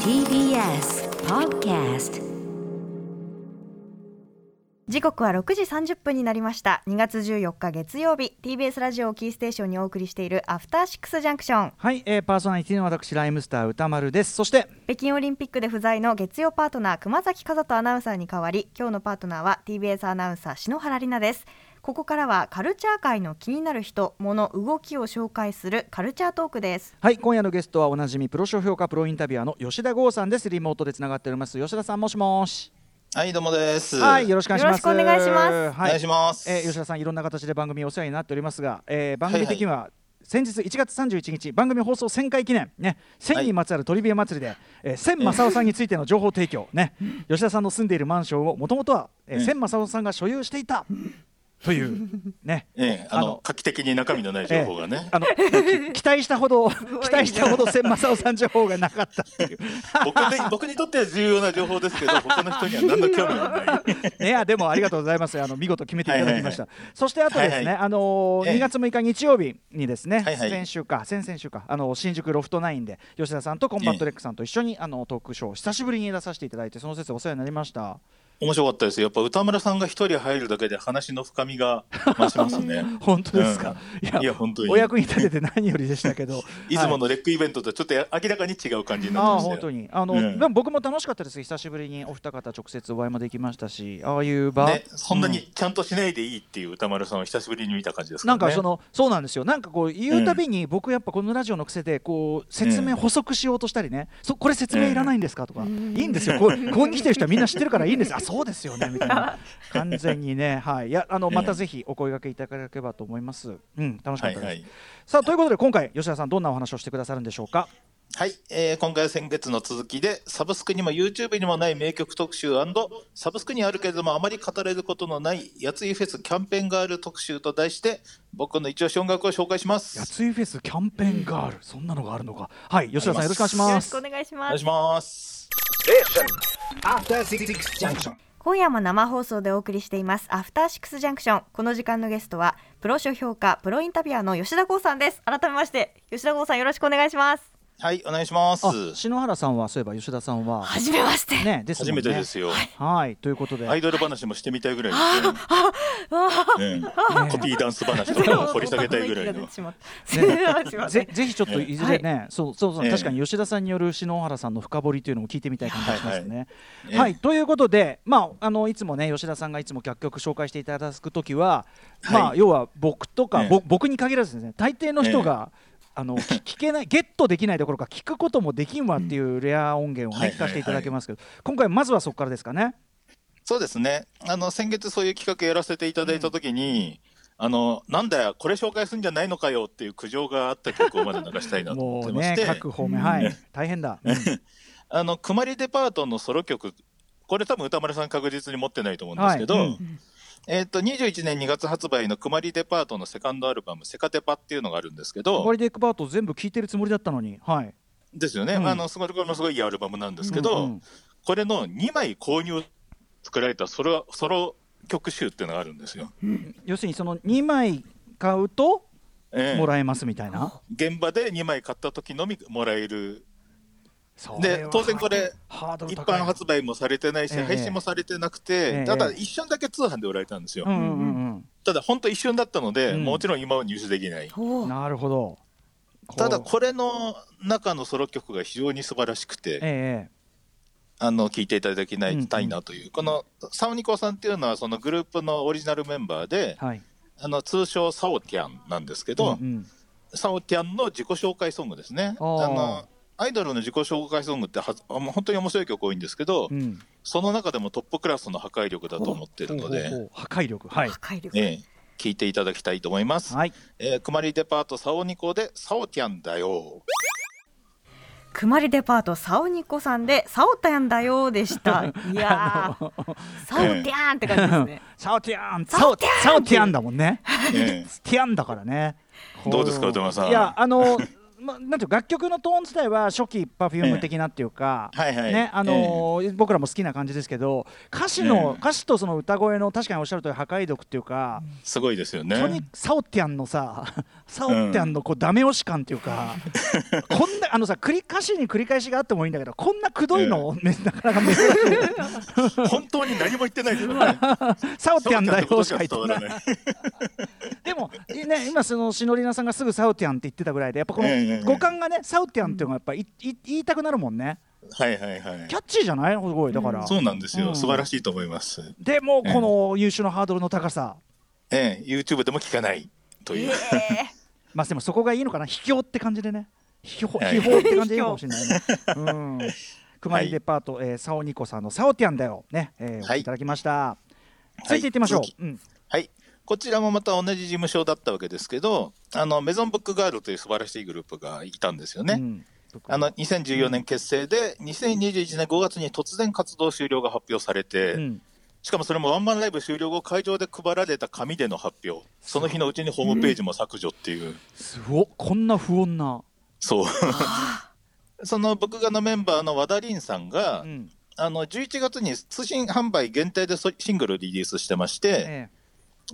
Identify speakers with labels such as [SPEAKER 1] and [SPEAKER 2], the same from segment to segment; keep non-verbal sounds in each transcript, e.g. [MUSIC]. [SPEAKER 1] TBS Podcast
[SPEAKER 2] 時刻は6時30分になりました2月14日月曜日 TBS ラジオをキーステーションにお送りしているアフターシックスジャンクション
[SPEAKER 3] はい、えー、パーソナリティの私ライムスター歌丸ですそして
[SPEAKER 2] 北京オリンピックで不在の月曜パートナー熊崎和人アナウンサーに代わり今日のパートナーは TBS アナウンサー篠原里奈ですここからはカルチャー界の気になる人物動きを紹介するカルチャートークです
[SPEAKER 3] はい今夜のゲストはおなじみプロ書評家プロインタビュアーの吉田剛さんですリモートでつながっております吉田さんもしもし
[SPEAKER 4] はい、どうもです。
[SPEAKER 3] はいよろしくお願いします
[SPEAKER 2] よろしくお願いします
[SPEAKER 3] は
[SPEAKER 4] お願いします。
[SPEAKER 3] えー吉田さんいろんな形で番組お世話になっておりますが、えー番組的には、先日1月31日番組放送1000回記念ね1000にまつわるトリビア祭りで、えー千正夫さんについての情報提供ね吉田さんの住んでいるマンションをもともとは、えー千正夫さんが所有していたというね
[SPEAKER 4] ええあの
[SPEAKER 3] あの
[SPEAKER 4] 画期的に中身のない情報がね、
[SPEAKER 3] あのき期待したほ
[SPEAKER 4] [LAUGHS]
[SPEAKER 3] ど期待したほど千正夫さん情報がなかったっていう。
[SPEAKER 4] [LAUGHS] 僕に僕にとっては重要な情報ですけど、
[SPEAKER 3] [LAUGHS]
[SPEAKER 4] 他の人には何の興味もない。
[SPEAKER 3] いやでもありがとうございます。あの見事決めていただきました。
[SPEAKER 4] は
[SPEAKER 3] そしてあとですね、
[SPEAKER 4] はいはい
[SPEAKER 3] あのー
[SPEAKER 4] ええ
[SPEAKER 3] 2月6日日曜日にですね、
[SPEAKER 4] はいはい
[SPEAKER 3] 先週か先々週かあの新宿ロフトナインで吉田さんとコンバットレックさんと一緒に、あのトークショーを久しぶりに出させていただいてその節はお世話になりました。 [LAUGHS]
[SPEAKER 4] 面白かったですよ。やっぱ歌村さんが一人入るだけで話の深みが増します
[SPEAKER 3] [LAUGHS]
[SPEAKER 4] ね。
[SPEAKER 3] 本当ですか。
[SPEAKER 4] うんいや本当に。
[SPEAKER 3] お役に立てて何よりでしたけど
[SPEAKER 4] [LAUGHS] 出雲のレックイベントとちょっとや明らかに違う感じになって
[SPEAKER 3] ああ
[SPEAKER 4] ましたよ。
[SPEAKER 3] 本当にあの、
[SPEAKER 4] うん
[SPEAKER 3] でも僕も楽しかったです久しぶりにお二方直接お会いもできましたしああいう場、
[SPEAKER 4] ね、そんな
[SPEAKER 3] う
[SPEAKER 4] にちゃんとしないでいいっていう歌丸さんを久しぶりに見た感じですか
[SPEAKER 3] な
[SPEAKER 4] ら
[SPEAKER 3] ん
[SPEAKER 4] ね。
[SPEAKER 3] かそのそうなんですよなんかこう言うたびに僕やっぱこのラジオの癖でこう説明
[SPEAKER 4] うん
[SPEAKER 3] 補足しようとしたりねそこれ説明いらないんですかとかいいんですよこうここに来てる人はみんな知ってるからいいんですあそうですよねみたいな完全にねはいいやあの
[SPEAKER 4] うん
[SPEAKER 3] またぜひお声掛けいただければと思いますうん楽しか
[SPEAKER 4] は
[SPEAKER 3] っ
[SPEAKER 4] い
[SPEAKER 3] た
[SPEAKER 4] は
[SPEAKER 3] です
[SPEAKER 4] い。
[SPEAKER 3] さあということで今回吉田さんどんなお話をしてくださるんでしょうか
[SPEAKER 4] はい、えー今回は先月の続きでサブスクにも YouTube にもない名曲特集サブスクにはあるけれどもあまり語れることのないやついフェスキャンペーンガール特集と題して僕の一押し音楽を紹介しま
[SPEAKER 3] や
[SPEAKER 4] す
[SPEAKER 3] ついフェスキャンペーンガールそんなのがあるのかはい吉田さんよ
[SPEAKER 4] あ
[SPEAKER 3] ろ
[SPEAKER 4] り
[SPEAKER 3] しくお願
[SPEAKER 4] ま
[SPEAKER 3] い
[SPEAKER 4] す
[SPEAKER 3] し
[SPEAKER 2] よろ
[SPEAKER 3] ま
[SPEAKER 2] しくお願いしま
[SPEAKER 3] す
[SPEAKER 4] お願い
[SPEAKER 2] す
[SPEAKER 4] します
[SPEAKER 2] 今夜も生放送でお送りしていますアフターシックスジャンクションこの時間のゲストはプロ書評家プロインタビュアーの吉田剛さんです改めまして吉田剛さんよろしくお願いします
[SPEAKER 4] はいお願いします
[SPEAKER 3] あ篠原さんはそういえば吉田さんは
[SPEAKER 2] はじめまして
[SPEAKER 3] ねですも
[SPEAKER 4] 初
[SPEAKER 3] んね
[SPEAKER 4] めてですよ、
[SPEAKER 3] はいということで
[SPEAKER 4] アイドル話もしてみたいぐらいですねねコピーダンス話とかも掘り下げたいぐらい
[SPEAKER 3] [LAUGHS]
[SPEAKER 4] の
[SPEAKER 3] ぜぜひちょっといずれね、そうそうそう、
[SPEAKER 4] ええ
[SPEAKER 3] 確かに吉田さんによる篠原さんの深掘りというのも聞いてみたい感じがしますね。はい
[SPEAKER 4] いええ
[SPEAKER 3] ということで、まあ、あのいつもね吉田さんがいつも楽曲紹介していただくときは、ま
[SPEAKER 4] は
[SPEAKER 3] あ、
[SPEAKER 4] い
[SPEAKER 3] 要は僕とか、
[SPEAKER 4] ええ
[SPEAKER 3] ぼ僕に限らずですね大抵の人が、あの聞聞けないゲットできないどころか聞くこともできんわっていうレア音源をね、
[SPEAKER 4] はい
[SPEAKER 3] 聞かせていただけますけど今回まずはそこからですかね。
[SPEAKER 4] そうですね。あの、先月そういう企画やらせていただいたときに、あの、なんだよ、これ紹介するんじゃないのかよっていう苦情があった曲をまず流したいなと思っ
[SPEAKER 3] も
[SPEAKER 4] て
[SPEAKER 3] う
[SPEAKER 4] まし
[SPEAKER 3] ね
[SPEAKER 4] て、
[SPEAKER 3] 各方面、はい、大変だ。うん
[SPEAKER 4] あの、くまりデパートのソロ曲、これ多分歌丸さん確実に持ってないと思うんで
[SPEAKER 3] は
[SPEAKER 4] す
[SPEAKER 3] い
[SPEAKER 4] けど、
[SPEAKER 3] うん
[SPEAKER 4] えっ、と、21年2月発売のくまりデパートのセカンドアルバム、セカテパっていうのがあるんですけ
[SPEAKER 3] 終わ
[SPEAKER 4] ど、
[SPEAKER 3] りでいくパート全部聞いてるつもりだったのに、はい。
[SPEAKER 4] ですよね。
[SPEAKER 3] うん
[SPEAKER 4] あの、すごい、これもすごいいいアルバムなんですけど、
[SPEAKER 3] うんうん
[SPEAKER 4] これの2枚購入作られたソロ、ソロ曲集っていうのがあるんですよ。
[SPEAKER 3] 要するにその2枚買うと
[SPEAKER 4] ええ
[SPEAKER 3] もらえますみたいな、
[SPEAKER 4] 現場で2枚買った時のみもらえる
[SPEAKER 3] それ
[SPEAKER 4] で
[SPEAKER 3] は
[SPEAKER 4] 当然これ
[SPEAKER 3] ハードル
[SPEAKER 4] 一
[SPEAKER 3] 高い
[SPEAKER 4] 般発売もされてないし、
[SPEAKER 3] ええ
[SPEAKER 4] 配信もされてなく
[SPEAKER 3] え
[SPEAKER 4] て、
[SPEAKER 3] え
[SPEAKER 4] ただ一瞬だけ通販で売られたんですよ、
[SPEAKER 3] うんうんうん
[SPEAKER 4] ただ本当一瞬だったので、
[SPEAKER 3] うん
[SPEAKER 4] もちろん今は入手できない
[SPEAKER 3] うんなるほど
[SPEAKER 4] ただ
[SPEAKER 3] こう
[SPEAKER 4] これの中のソロ曲が非常に素晴らしくて、
[SPEAKER 3] ええ
[SPEAKER 4] あの聴いていただきな
[SPEAKER 3] うん
[SPEAKER 4] いたいなという、このサオニコさんっていうのはそのグループのオリジナルメンバーで
[SPEAKER 3] はい
[SPEAKER 4] あの通称サオティアンなんですけど、
[SPEAKER 3] うんうん
[SPEAKER 4] サオティアンの自己紹介ソングですねあ
[SPEAKER 3] あー
[SPEAKER 4] のアイドルの自己紹介ソングってはずあもう本当に面白い曲多いんですけど、
[SPEAKER 3] うん
[SPEAKER 4] その中でもトップクラスの破壊力だと思ってるの
[SPEAKER 3] ほ
[SPEAKER 4] で、
[SPEAKER 3] うほうほう破壊力はい
[SPEAKER 2] 破壊力
[SPEAKER 4] ええ聞いていただきたいと思います。
[SPEAKER 3] はい
[SPEAKER 4] えー、くまりデパートサオニコでサオティアンだよ。
[SPEAKER 2] くまりデパートサオニコさんでサオタヤンだよーでしたいやーサオティアンって感じですね
[SPEAKER 3] サオティアン
[SPEAKER 2] サオティアン
[SPEAKER 3] サオティアンだもんね
[SPEAKER 4] ええ [LAUGHS]
[SPEAKER 3] ティアンだからね
[SPEAKER 4] どうですか歌丸さん
[SPEAKER 3] いやあのまあ、なんていうか楽曲のトーン自体は初期パフューム的なっていうか、
[SPEAKER 4] ええ [LAUGHS] はいはい
[SPEAKER 3] ねあのー僕らも好きな感じですけど歌詞の、
[SPEAKER 4] ええ
[SPEAKER 3] 歌詞とその歌声の確かにおっしゃる通り破壊力っていうか、
[SPEAKER 4] すごいですよ
[SPEAKER 3] とに
[SPEAKER 4] ね。
[SPEAKER 3] サオティアンのさ [LAUGHS] サオティアンのこうダメ押し感っていうか、こんなあのさ繰り歌詞に繰り返しがあってもいいんだけどこんなくどいの、ねな
[SPEAKER 4] [LAUGHS]
[SPEAKER 3] かなか珍しい
[SPEAKER 4] 本当に何も言ってないですよね。
[SPEAKER 3] [LAUGHS] サオティアンだよしか言って
[SPEAKER 4] そう
[SPEAKER 3] な
[SPEAKER 4] だ
[SPEAKER 3] い
[SPEAKER 4] ね
[SPEAKER 3] でも、ね、今そのシノリナさんがすぐサウティアンって言ってたぐらいでやっぱこの
[SPEAKER 4] ええええ
[SPEAKER 3] 五感がねサウティアンっていうのがやっぱいい言いたくなるもんね
[SPEAKER 4] はいはいはい
[SPEAKER 3] キ。ャッチーじゃないすごいだから、
[SPEAKER 4] そうなんです
[SPEAKER 3] うん
[SPEAKER 4] よ。素晴らしいと思います。
[SPEAKER 3] でもこの優秀のハードルの高さ
[SPEAKER 4] ええ、YouTube でも聞かないという。
[SPEAKER 3] まあでもそこがいいのかな卑怯って感じでね卑
[SPEAKER 4] は
[SPEAKER 3] 怯
[SPEAKER 4] い
[SPEAKER 3] 秘宝って感じでいいかもしれない
[SPEAKER 4] [LAUGHS]
[SPEAKER 3] ね、うん熊井デパート、えー、サオニコさんのサオティアンだよね、えー
[SPEAKER 4] はい
[SPEAKER 3] いただきました続いていってみましょう、
[SPEAKER 4] はい
[SPEAKER 3] うん
[SPEAKER 4] はい。こちらもまた同じ事務所だったわけですけど、あのメゾンブックガールという素晴らしいグループがいたんですよね。
[SPEAKER 3] うん
[SPEAKER 4] あの2014年結成で、2021年5月に突然活動終了が発表されて、
[SPEAKER 3] うん
[SPEAKER 4] しかもそれもワンマンライブ終了後、会場で配られた紙での発表、その日のうちにホームページも削除っていう、
[SPEAKER 3] すごっこんな不穏な、
[SPEAKER 4] そう。 [LAUGHS] その僕がのメンバーの和田凛さんが、
[SPEAKER 3] うん
[SPEAKER 4] あの11月に通信販売限定でそシングルリリースしてまして、
[SPEAKER 3] え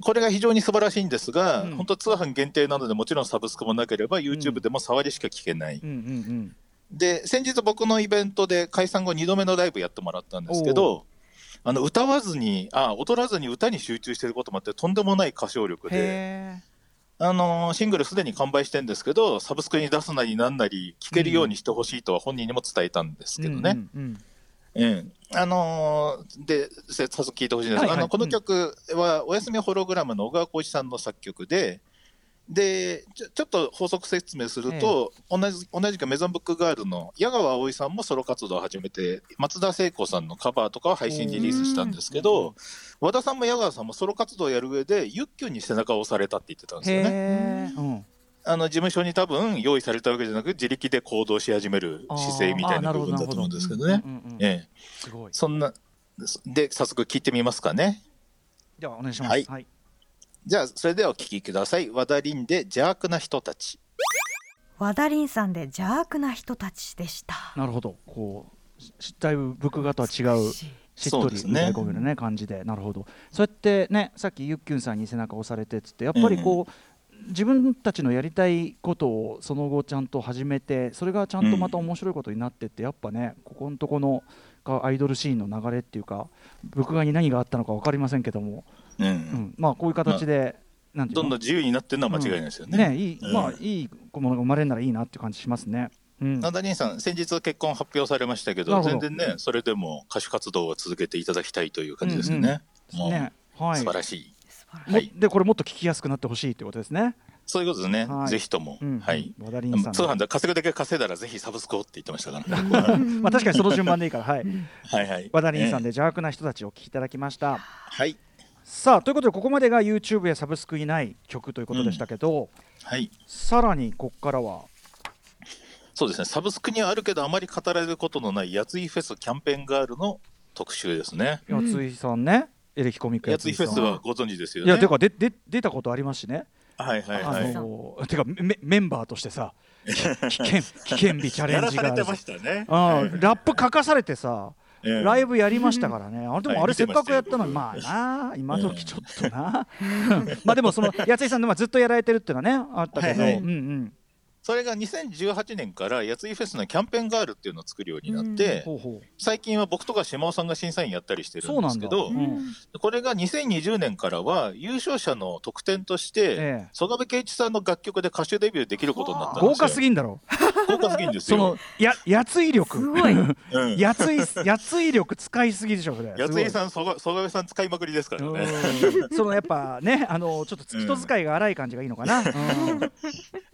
[SPEAKER 4] これが非常に素晴らしいんですが、
[SPEAKER 3] うん
[SPEAKER 4] 本当、通販限定なので、もちろんサブスクもなければ、YouTube でも触りしか聞けない
[SPEAKER 3] え、うんうん
[SPEAKER 4] で先日僕のイベントで解散後2度目のライブやってもらったんですけどあの歌わずにあ踊らずに歌に集中してることもあってとんでもない歌唱
[SPEAKER 3] う
[SPEAKER 4] 力
[SPEAKER 3] ん
[SPEAKER 4] で、
[SPEAKER 3] へえ
[SPEAKER 4] あのーシングルすでに完売してるんですけどサブスクに出すなりなんなり聴けるようにしてほしいとは本人にも伝えたんですけどね。
[SPEAKER 3] うんうんうん
[SPEAKER 4] ええあのーでせ早速聴いてほしいんです
[SPEAKER 3] はい
[SPEAKER 4] が、
[SPEAKER 3] はい
[SPEAKER 4] あのこの曲は「おやすみホログラム」の小川浩一さんの作曲で。でちょちょっと法則説明すると、同じ同じくメゾンブックガールの矢川葵さんもソロ活動を始めて松田聖子さんのカバーとかを配信リリースしたんですけど和田さんも矢川さんもソロ活動をやる上でユッキュンに背中を押されたって言ってたんですよね
[SPEAKER 3] へえ、うん、
[SPEAKER 4] あの事務所に多分用意されたわけじゃなく自力で行動し始める姿勢みたいな部分だと思うんですけどね。
[SPEAKER 3] うんうんうん
[SPEAKER 4] ええ
[SPEAKER 3] すごい
[SPEAKER 4] そんな、そで、早速聞いてみますかね。
[SPEAKER 3] ではお願いします
[SPEAKER 4] はい
[SPEAKER 3] はい
[SPEAKER 4] じゃあ、それではお聞きください。和田凛で邪悪な人たち。
[SPEAKER 2] 和田凛さんで邪悪な人たちでした
[SPEAKER 3] なるほどこうしだいぶ僕がとは違うしっ
[SPEAKER 4] そ
[SPEAKER 3] と
[SPEAKER 4] う
[SPEAKER 3] り
[SPEAKER 4] です
[SPEAKER 3] 歌
[SPEAKER 4] ね
[SPEAKER 3] い込むようなね感じでなるほどそうやってねさっきゆっきゅんさんに背中押されてっつってやっぱりこう、自分たちのやりたいことをその後ちゃんと始めてそれがちゃんとまた面白いことになってってやっぱねここのとこのがアイドルシーンの流れっていうか僕がに何があったのか分かりませんけども、
[SPEAKER 4] うん。
[SPEAKER 3] うん、まあこういう形で、なんていう
[SPEAKER 4] どん
[SPEAKER 3] の
[SPEAKER 4] どん自由になってるのは間違いないですよね。
[SPEAKER 3] ね、いい、
[SPEAKER 4] うん
[SPEAKER 3] まあ、いいものが生まれるならいいなっていう感じしますね。うん、
[SPEAKER 4] 和田凛さん、先日結婚発表されましたけ
[SPEAKER 3] な
[SPEAKER 4] ど、
[SPEAKER 3] るほど
[SPEAKER 4] 全然ね、それでも歌手活動を続けていただきたいという感じですよね。もう、
[SPEAKER 3] ね、はい。
[SPEAKER 4] 素晴らしい。
[SPEAKER 2] 素晴らしい
[SPEAKER 4] しい
[SPEAKER 3] もで、これもっと聞きやすくなってほしいってことですね。
[SPEAKER 4] そういうことですね。
[SPEAKER 3] はい
[SPEAKER 4] ぜひとも。
[SPEAKER 3] うん、
[SPEAKER 4] はい。
[SPEAKER 3] 和田凛さん。
[SPEAKER 4] 通販で稼ぐだけ稼いだらぜひサブスクをって言ってましたか
[SPEAKER 3] [LAUGHS]
[SPEAKER 4] ら。
[SPEAKER 3] まあ、確かにその順番でいいから、
[SPEAKER 4] [LAUGHS]
[SPEAKER 3] はい。
[SPEAKER 4] はいはい。
[SPEAKER 3] 和田凛さんで
[SPEAKER 4] ええ。
[SPEAKER 3] 邪悪な人たちをお聞きいただきました。
[SPEAKER 4] はい。
[SPEAKER 3] さあ、ということで、ここまでが YouTube やサブスクにない曲ということでしたけど、
[SPEAKER 4] はい。
[SPEAKER 3] さらにここからは、
[SPEAKER 4] そうですね。サブスクにはあるけど、あまり語られることのない、やついフェスキャンペーンガールの特集ですね。
[SPEAKER 3] やついさんね、エレキコミック
[SPEAKER 4] やついフェス
[SPEAKER 3] ん
[SPEAKER 4] はご存知ですよ
[SPEAKER 3] い
[SPEAKER 4] ね。
[SPEAKER 3] や、てか、で、で、出たことありますしね。
[SPEAKER 4] はいはい
[SPEAKER 3] あ
[SPEAKER 4] はい。
[SPEAKER 3] のー、てか、メ、メンバーとしてさ。 [LAUGHS] 危険、危険日チャレ
[SPEAKER 4] や
[SPEAKER 3] ン
[SPEAKER 4] ら
[SPEAKER 3] ジ
[SPEAKER 4] さ
[SPEAKER 3] が
[SPEAKER 4] れ
[SPEAKER 3] あ
[SPEAKER 4] て
[SPEAKER 3] る
[SPEAKER 4] ましたね。
[SPEAKER 3] あーラップ書かされてさ、
[SPEAKER 4] ええ
[SPEAKER 3] ライブやりましたからね、あれで
[SPEAKER 4] は
[SPEAKER 3] も
[SPEAKER 4] い
[SPEAKER 3] あれせっかくやったのに、
[SPEAKER 4] 見て
[SPEAKER 3] ま
[SPEAKER 4] ま
[SPEAKER 3] あ
[SPEAKER 4] し
[SPEAKER 3] なあ、今時ちょっとな、 [LAUGHS] まあでも、そのやついさんのまあずっとやられてるっていうのはね、あったけど、
[SPEAKER 4] はいはい
[SPEAKER 3] うんうん、
[SPEAKER 4] それが2018年からやついフェスのキャンペーンガールっていうのを作るようになって、
[SPEAKER 3] ほうほう、
[SPEAKER 4] 最近は僕とか島尾さんが審査員やったりしてる
[SPEAKER 3] そうん
[SPEAKER 4] で
[SPEAKER 3] なん
[SPEAKER 4] す
[SPEAKER 3] だ、
[SPEAKER 4] け
[SPEAKER 3] う
[SPEAKER 4] ど、
[SPEAKER 3] ん
[SPEAKER 4] これが2020年からは優勝者の特典として、
[SPEAKER 3] ええ
[SPEAKER 4] 曽我部圭一さんの楽曲で歌手デビューできることになったんですよ。
[SPEAKER 3] 豪華す
[SPEAKER 4] ぎ
[SPEAKER 3] ぎんだろ、
[SPEAKER 4] 豪華すぎんです
[SPEAKER 3] その
[SPEAKER 4] よ。
[SPEAKER 3] ややつい力、
[SPEAKER 2] すごい
[SPEAKER 4] う
[SPEAKER 3] [LAUGHS]
[SPEAKER 4] ん
[SPEAKER 3] やついやつい力使いすぎでしょ、それ、
[SPEAKER 4] やつい
[SPEAKER 3] ん
[SPEAKER 4] さん、曽我曽我部さん使いまくりですからね。
[SPEAKER 3] そのやっぱね、あのちょっと人使いが荒い感じがいいのかな、うん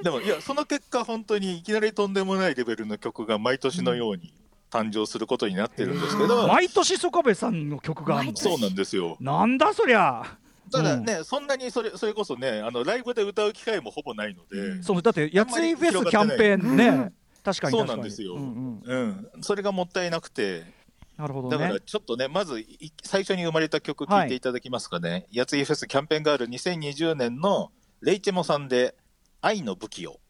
[SPEAKER 4] でもいやその結果本当にいきなりとんでもないレベルの曲が毎年のように誕生することになってるんですけど、
[SPEAKER 3] 毎年、そこべさんの曲があるの
[SPEAKER 2] 毎年
[SPEAKER 4] そうなんですよ
[SPEAKER 3] なんだそりゃ、
[SPEAKER 4] ただね、そんなにそれそれこそねあのライブで歌う機会もほぼないので、
[SPEAKER 3] そうだってやついフェスキャンペーンね確かに確かに
[SPEAKER 4] そうなんですよ、
[SPEAKER 3] う
[SPEAKER 4] うん
[SPEAKER 3] うんん
[SPEAKER 4] それがもったいなくて
[SPEAKER 3] なるほど
[SPEAKER 4] だか
[SPEAKER 3] ね
[SPEAKER 4] らちょっとねまずい最初に生まれた曲聴いていただきますかね、やついフェスキャンペーンガール2020年のレイチェモさんで「愛の武器を」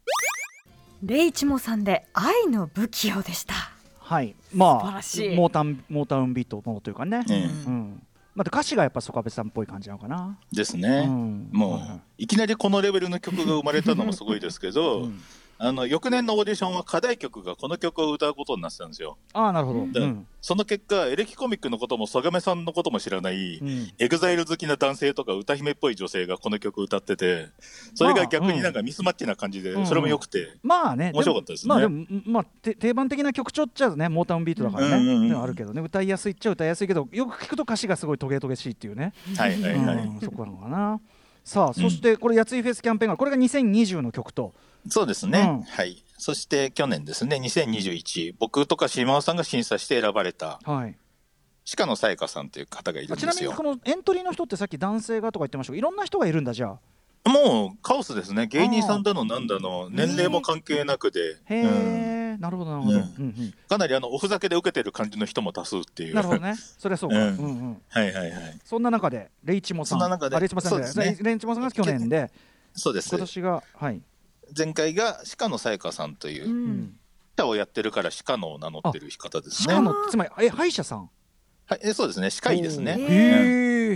[SPEAKER 2] レイチモさんで愛の不器用でした。
[SPEAKER 3] はい
[SPEAKER 2] 素晴
[SPEAKER 3] ま
[SPEAKER 2] ら
[SPEAKER 3] あ
[SPEAKER 2] しい
[SPEAKER 3] モータウンモータウンビートのというかね、
[SPEAKER 4] え
[SPEAKER 3] うんまあ、で歌詞がやっぱソカベさんっぽい感じなのかな、
[SPEAKER 4] えです
[SPEAKER 3] う
[SPEAKER 4] ね、
[SPEAKER 3] ん
[SPEAKER 4] も
[SPEAKER 3] は
[SPEAKER 4] ういきなりこのレベルの曲が生まれたのもすごいですけど、
[SPEAKER 3] いうん
[SPEAKER 4] あの翌年のオーディションは課題曲がこの曲を歌うことになってたんですよ
[SPEAKER 3] ああなるほど、う
[SPEAKER 2] うん。
[SPEAKER 3] ん
[SPEAKER 4] でその結果エレキコミックのことも曽我目さんのことも知らない、
[SPEAKER 3] うん
[SPEAKER 4] エグザイル好きな男性とか歌姫っぽい女性がこの曲歌っててそれが逆になんかミスマッチな感じで、
[SPEAKER 3] うん
[SPEAKER 4] それも良くて、
[SPEAKER 3] まあね、
[SPEAKER 4] 面白かったです
[SPEAKER 3] ま
[SPEAKER 4] ね
[SPEAKER 3] あでも、まあ、て定番的な曲調っちゃね、モータウンビートだからね、
[SPEAKER 4] うんうんう
[SPEAKER 3] っ
[SPEAKER 4] ん
[SPEAKER 3] てのはあるけどね、歌いやすいっちゃ歌いやすいけど、よく聞くと歌詞がすごいトゲトゲしいっていうね、
[SPEAKER 4] はいはいはい、
[SPEAKER 3] うんそこなのかな。さあ、そしてこれ、やついフェスキャンペーンが、これが2020の曲と、
[SPEAKER 4] そうですね、
[SPEAKER 3] うん
[SPEAKER 4] はいそして去年ですね2021僕とか島尾さんが審査して選ばれた
[SPEAKER 3] はい、
[SPEAKER 4] 鹿野さやかさんという方がいる
[SPEAKER 3] あ
[SPEAKER 4] ん
[SPEAKER 3] ち
[SPEAKER 4] で
[SPEAKER 3] な
[SPEAKER 4] す
[SPEAKER 3] みに
[SPEAKER 4] よ
[SPEAKER 3] このエントリーの人って、さっき男性がとか言ってましたけど、いろんな人がいるんだ、じゃあ。
[SPEAKER 4] もうカオスですね芸人さんだのなんだの
[SPEAKER 3] ん
[SPEAKER 4] 年齢も関係なくで、
[SPEAKER 3] へ
[SPEAKER 4] うん
[SPEAKER 3] え、なるほど、なるほど、
[SPEAKER 4] う
[SPEAKER 3] うんんうん
[SPEAKER 4] かなりあのおふざけで受けてる感じの人も多数っていう
[SPEAKER 3] なるほどね、それはそうか、
[SPEAKER 4] う
[SPEAKER 3] うんんうん、
[SPEAKER 4] [LAUGHS] はいはいはい
[SPEAKER 3] そんな中で、レイチモさん、
[SPEAKER 4] そんな中で
[SPEAKER 3] あレイチモさんじゃない
[SPEAKER 4] そうです
[SPEAKER 3] レイチモさんが去年で、
[SPEAKER 4] そうです
[SPEAKER 3] 今年が、はい、
[SPEAKER 4] 前回が鹿野さやかさんといううん鹿をやってるから鹿野を名乗ってる方です
[SPEAKER 3] 鹿
[SPEAKER 4] ね
[SPEAKER 3] の、つまり、え歯医者さん。
[SPEAKER 4] はいえそうですね歯科医ですね
[SPEAKER 3] へ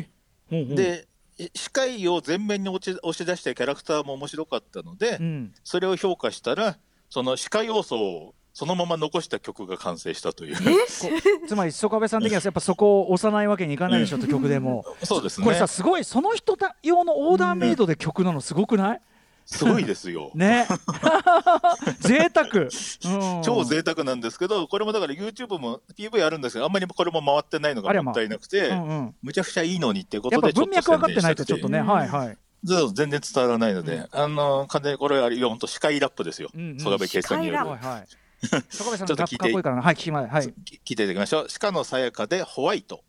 [SPEAKER 3] え。ほうほう、
[SPEAKER 4] で歯科医を前面に押し押し出したキャラクターも面白かったので、
[SPEAKER 3] うん、
[SPEAKER 4] それを評価したらその歯科要素をそのまま残した曲が完成したという
[SPEAKER 3] つまり曽我部さん的にはやっぱそこを押さないわけにいかないでしょと曲でも。
[SPEAKER 4] [LAUGHS] そうですね
[SPEAKER 3] これさすごいその人用のオーダーメイドで曲なのすごくない、
[SPEAKER 4] すごいですよ、
[SPEAKER 3] ね [LAUGHS] 贅沢、うん、
[SPEAKER 4] 超贅沢なんですけどこれもだから YouTube も PV あるんですけどあんまりこれも回ってないの
[SPEAKER 3] あ
[SPEAKER 4] が
[SPEAKER 3] りゃ
[SPEAKER 4] も
[SPEAKER 3] まあ
[SPEAKER 4] ったいなくて、
[SPEAKER 3] うんうん、
[SPEAKER 4] むちゃくちゃいいのにっていうこ
[SPEAKER 3] や
[SPEAKER 4] と
[SPEAKER 3] っぱ
[SPEAKER 4] でちょっ
[SPEAKER 3] 文
[SPEAKER 4] と
[SPEAKER 3] 脈分かってないとちょっとね
[SPEAKER 2] うん
[SPEAKER 3] はいはい、
[SPEAKER 4] そう全然伝わらないので、
[SPEAKER 3] うん
[SPEAKER 4] あの完全にこれは本当司会ラップですよ
[SPEAKER 3] うんうん
[SPEAKER 4] 曽我部圭さんによ
[SPEAKER 2] 司
[SPEAKER 4] る
[SPEAKER 2] 会
[SPEAKER 3] はいはい、曽我部さんの
[SPEAKER 4] ちょ
[SPEAKER 3] ラ
[SPEAKER 4] っと
[SPEAKER 3] ップかって
[SPEAKER 4] 聞い
[SPEAKER 3] こいいからなはい聞きまはい
[SPEAKER 4] き聞いていただきましょう鹿のさやかでホワイト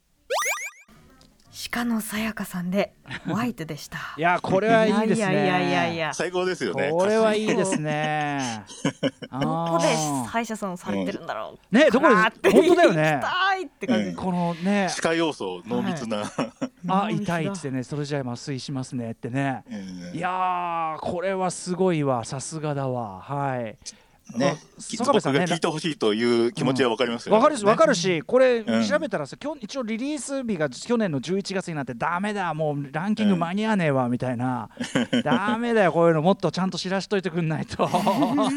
[SPEAKER 2] 鹿野さやかさんでホワイトでした。
[SPEAKER 3] いやこれはいいで
[SPEAKER 2] い
[SPEAKER 3] すね
[SPEAKER 2] やいやいやいや。
[SPEAKER 4] 最高ですよね
[SPEAKER 3] これはいいで
[SPEAKER 2] [LAUGHS]
[SPEAKER 3] すねあー
[SPEAKER 2] どこで歯医者さんをされてるんだろう。
[SPEAKER 3] ねどこで
[SPEAKER 2] かなって
[SPEAKER 3] 本当だよ
[SPEAKER 2] 行
[SPEAKER 3] ね
[SPEAKER 2] きたいって感じ。
[SPEAKER 3] このね
[SPEAKER 4] 歯科要素濃密な、
[SPEAKER 3] あ
[SPEAKER 2] うん
[SPEAKER 3] 1対1でねそれじゃあ麻酔しますねってね
[SPEAKER 4] [LAUGHS] うん
[SPEAKER 3] いやーこれはすごいわさすがだわはい
[SPEAKER 4] ね
[SPEAKER 3] あ
[SPEAKER 4] き
[SPEAKER 3] 坂部
[SPEAKER 4] 僕
[SPEAKER 3] さん
[SPEAKER 4] が
[SPEAKER 3] ね
[SPEAKER 4] 聞いてほしいという気持ちはわかりますよ、
[SPEAKER 3] わかるしわか
[SPEAKER 4] る
[SPEAKER 3] るしこれ
[SPEAKER 4] うん
[SPEAKER 3] 調べたらさ今日一応リリース日が去年の11月になってダメだもうランキング間に合わねえわみたいなダメだよこういうのもっとちゃんと知らしといてくんない
[SPEAKER 4] [LAUGHS]
[SPEAKER 3] とも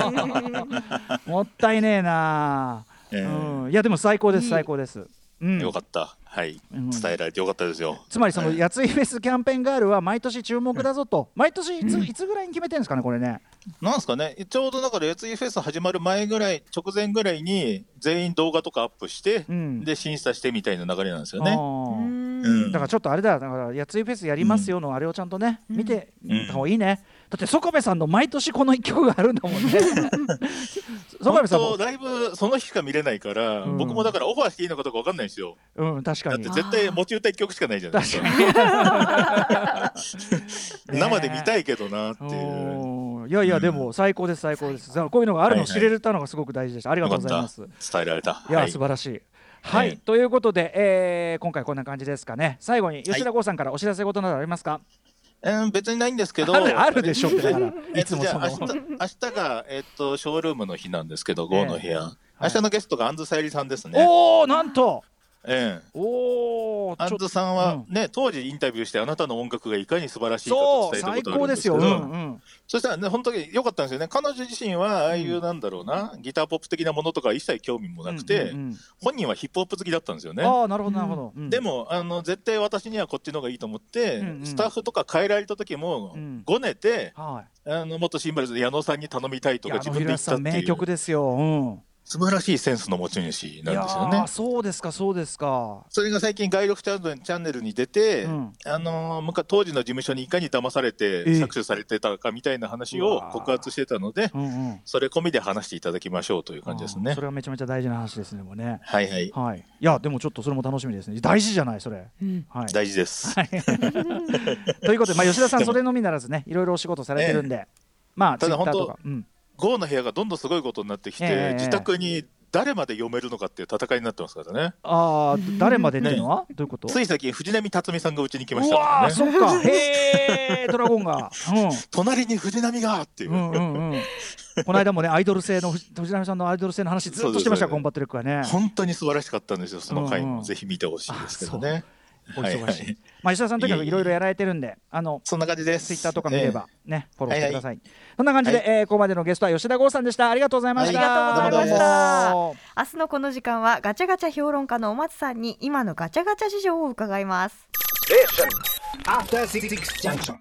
[SPEAKER 3] ったいねえな
[SPEAKER 4] えー
[SPEAKER 3] うんいやでも最高で
[SPEAKER 2] い
[SPEAKER 3] す
[SPEAKER 2] い
[SPEAKER 3] 最高ですうん
[SPEAKER 4] よかったはい、
[SPEAKER 3] うん
[SPEAKER 4] 伝えられてよかったですよ
[SPEAKER 3] つまりそのやついフェスキャンペーンガールは毎年注目だぞと毎年いついつぐらいに決めてるんですかねこれね
[SPEAKER 4] なんですかねちょうどだからやついフェス始まる前ぐらい直前ぐらいに全員動画とかアップして、
[SPEAKER 3] うん
[SPEAKER 4] で審査してみたいな流れなんですよ
[SPEAKER 3] あ
[SPEAKER 4] ね
[SPEAKER 3] ー
[SPEAKER 4] うん
[SPEAKER 3] だからちょっとあれだだからやついフェスやりますよのあれをちゃんとね、
[SPEAKER 2] うん
[SPEAKER 3] 見て
[SPEAKER 4] うん
[SPEAKER 3] た方がいいね、だって曽我部さんの毎年この一曲があるんだ
[SPEAKER 4] [LAUGHS]
[SPEAKER 3] もんね曽我
[SPEAKER 4] 本
[SPEAKER 3] 部さん
[SPEAKER 4] 当
[SPEAKER 3] も
[SPEAKER 4] ライブその日しか見れないから、
[SPEAKER 3] うん
[SPEAKER 4] 僕もだからオファーしていいのかどうかわかんないんですよ
[SPEAKER 3] うん確
[SPEAKER 4] だ
[SPEAKER 3] か
[SPEAKER 4] って
[SPEAKER 3] に
[SPEAKER 4] 絶対持ち歌一曲しかないじゃないです
[SPEAKER 3] 確
[SPEAKER 4] か
[SPEAKER 3] かにね
[SPEAKER 4] [LAUGHS] 生で見たいけどなっていう
[SPEAKER 3] おーいやいやでも最高です最高です、だからこういうのがあるのを知れたのがすごく大事でした、ありがとうございます
[SPEAKER 4] 伝えられた
[SPEAKER 3] いや、
[SPEAKER 4] はい
[SPEAKER 3] 素晴らしい。はい、
[SPEAKER 4] はい
[SPEAKER 3] ということで、えー今回こんな感じですかね。最後に吉田剛さんからお知らせ事などありますか。
[SPEAKER 4] うん、別にないんですけど
[SPEAKER 3] あるあるでしょってだから
[SPEAKER 4] え
[SPEAKER 3] い
[SPEAKER 4] っ
[SPEAKER 3] つ
[SPEAKER 4] と
[SPEAKER 3] も
[SPEAKER 4] じゃ
[SPEAKER 3] その。
[SPEAKER 4] あ明日明日が、えっと、ショールームの日なんですけど、
[SPEAKER 3] ええ
[SPEAKER 4] GO の部屋、明日のゲストがアンズさゆりさんですね。
[SPEAKER 3] おおなんと。
[SPEAKER 4] ええ
[SPEAKER 3] おお。
[SPEAKER 4] ア
[SPEAKER 3] ちょ
[SPEAKER 4] ンズさんは
[SPEAKER 3] う
[SPEAKER 4] ね、当時インタビューしてあなたの音楽がいかに素晴らしいかと
[SPEAKER 3] そう
[SPEAKER 4] 伝えた
[SPEAKER 3] 最
[SPEAKER 4] ことが
[SPEAKER 3] 高
[SPEAKER 4] あるんで
[SPEAKER 3] ですす
[SPEAKER 4] け
[SPEAKER 3] よ。
[SPEAKER 4] ど
[SPEAKER 3] うんう
[SPEAKER 4] そ
[SPEAKER 3] ん。
[SPEAKER 4] したらね本当に良かったんですよね彼女自身はああいうなんだろうな、ギターポップ的なものとか一切興味もなくて、
[SPEAKER 3] うんうんうん
[SPEAKER 4] 本人はヒップホップ好きだったんですよね。
[SPEAKER 3] ああなるほどなるほど。うん
[SPEAKER 4] で。もあの絶対私にはこっちの方がいいと思って、
[SPEAKER 3] うんうん
[SPEAKER 4] スタッフとか変えられた時も、
[SPEAKER 3] うん
[SPEAKER 4] ごねて
[SPEAKER 3] はい。
[SPEAKER 4] あの元シンバルズの矢野さんに頼みたいと
[SPEAKER 3] い
[SPEAKER 4] か
[SPEAKER 3] や
[SPEAKER 4] 自
[SPEAKER 3] 野
[SPEAKER 4] 分で言
[SPEAKER 3] 平
[SPEAKER 4] っ
[SPEAKER 3] さ
[SPEAKER 4] たっ
[SPEAKER 3] ん
[SPEAKER 4] てい
[SPEAKER 3] 名曲
[SPEAKER 4] う
[SPEAKER 3] ですよ。うん。
[SPEAKER 4] 素晴らしいセンスの持ち主なんですよ
[SPEAKER 3] いや
[SPEAKER 4] ね
[SPEAKER 3] ー。そうですかそうですか。
[SPEAKER 4] それが最近「外力チャンネル」チャンネルに出て、
[SPEAKER 3] うん
[SPEAKER 4] あのー昔当時の事務所にいかに騙され
[SPEAKER 3] え
[SPEAKER 4] て搾取されてたかみたいな話
[SPEAKER 3] う
[SPEAKER 4] を
[SPEAKER 3] わー
[SPEAKER 4] 告発してたので
[SPEAKER 3] うんうん。
[SPEAKER 4] それ込みで話していただきましょうという感じです
[SPEAKER 3] あー
[SPEAKER 4] ね
[SPEAKER 3] そ。れはめちゃめちゃ大事な話ですねもうね。
[SPEAKER 4] はいはい
[SPEAKER 3] はい。いやでもちょっとそれも楽しみですね。大事じゃないそれ。
[SPEAKER 2] うん
[SPEAKER 3] はい。
[SPEAKER 4] 大事です。
[SPEAKER 3] はい [LAUGHS] ということで、まあ、吉田さん、それのみならずね、いろいろお仕事されてるんで、まあ、ツ
[SPEAKER 4] た
[SPEAKER 3] イ
[SPEAKER 4] だ
[SPEAKER 3] ッターと
[SPEAKER 4] 本
[SPEAKER 3] か、うん、
[SPEAKER 4] GO の部屋がどんどんすごいことになってきて、
[SPEAKER 3] ええ
[SPEAKER 4] 自宅に誰まで読めるのかっていう戦いになってますからね
[SPEAKER 3] ああ誰までっていうのは、どういうこと
[SPEAKER 4] つい最近藤波辰巳さんがうちに来まし
[SPEAKER 3] う
[SPEAKER 4] たか
[SPEAKER 3] わー
[SPEAKER 4] らね
[SPEAKER 3] そっ
[SPEAKER 4] [LAUGHS]
[SPEAKER 3] かへえドラゴンが、
[SPEAKER 4] 隣に藤波がっていうう、
[SPEAKER 3] ん、うんうんうんこの間
[SPEAKER 4] [LAUGHS]
[SPEAKER 3] もねアイドル性の藤藤波さんのアイドル性の話ずっとしてました
[SPEAKER 4] そうです
[SPEAKER 3] コンバットレックはね
[SPEAKER 4] 本当に素晴らしかったんですよその回
[SPEAKER 3] うんう
[SPEAKER 4] も
[SPEAKER 3] ん
[SPEAKER 4] ぜひ見てほしいですけどね、
[SPEAKER 3] お
[SPEAKER 4] はい
[SPEAKER 3] 忙
[SPEAKER 4] は
[SPEAKER 3] しい
[SPEAKER 4] い
[SPEAKER 3] まあ吉田さんとにかくいろいろやられてるんであの
[SPEAKER 4] そんな感じです
[SPEAKER 3] ツイッターとか見ればねフォローしてください、そんな感じで、
[SPEAKER 4] は
[SPEAKER 3] えーここまでのゲストは吉田剛さんでしたありがとうございました
[SPEAKER 4] ありがとうございました
[SPEAKER 2] 明日のこの時間はガチャガチャ評論家のお松さんに今のガチャガチャ事情を伺います
[SPEAKER 1] After Six Junction.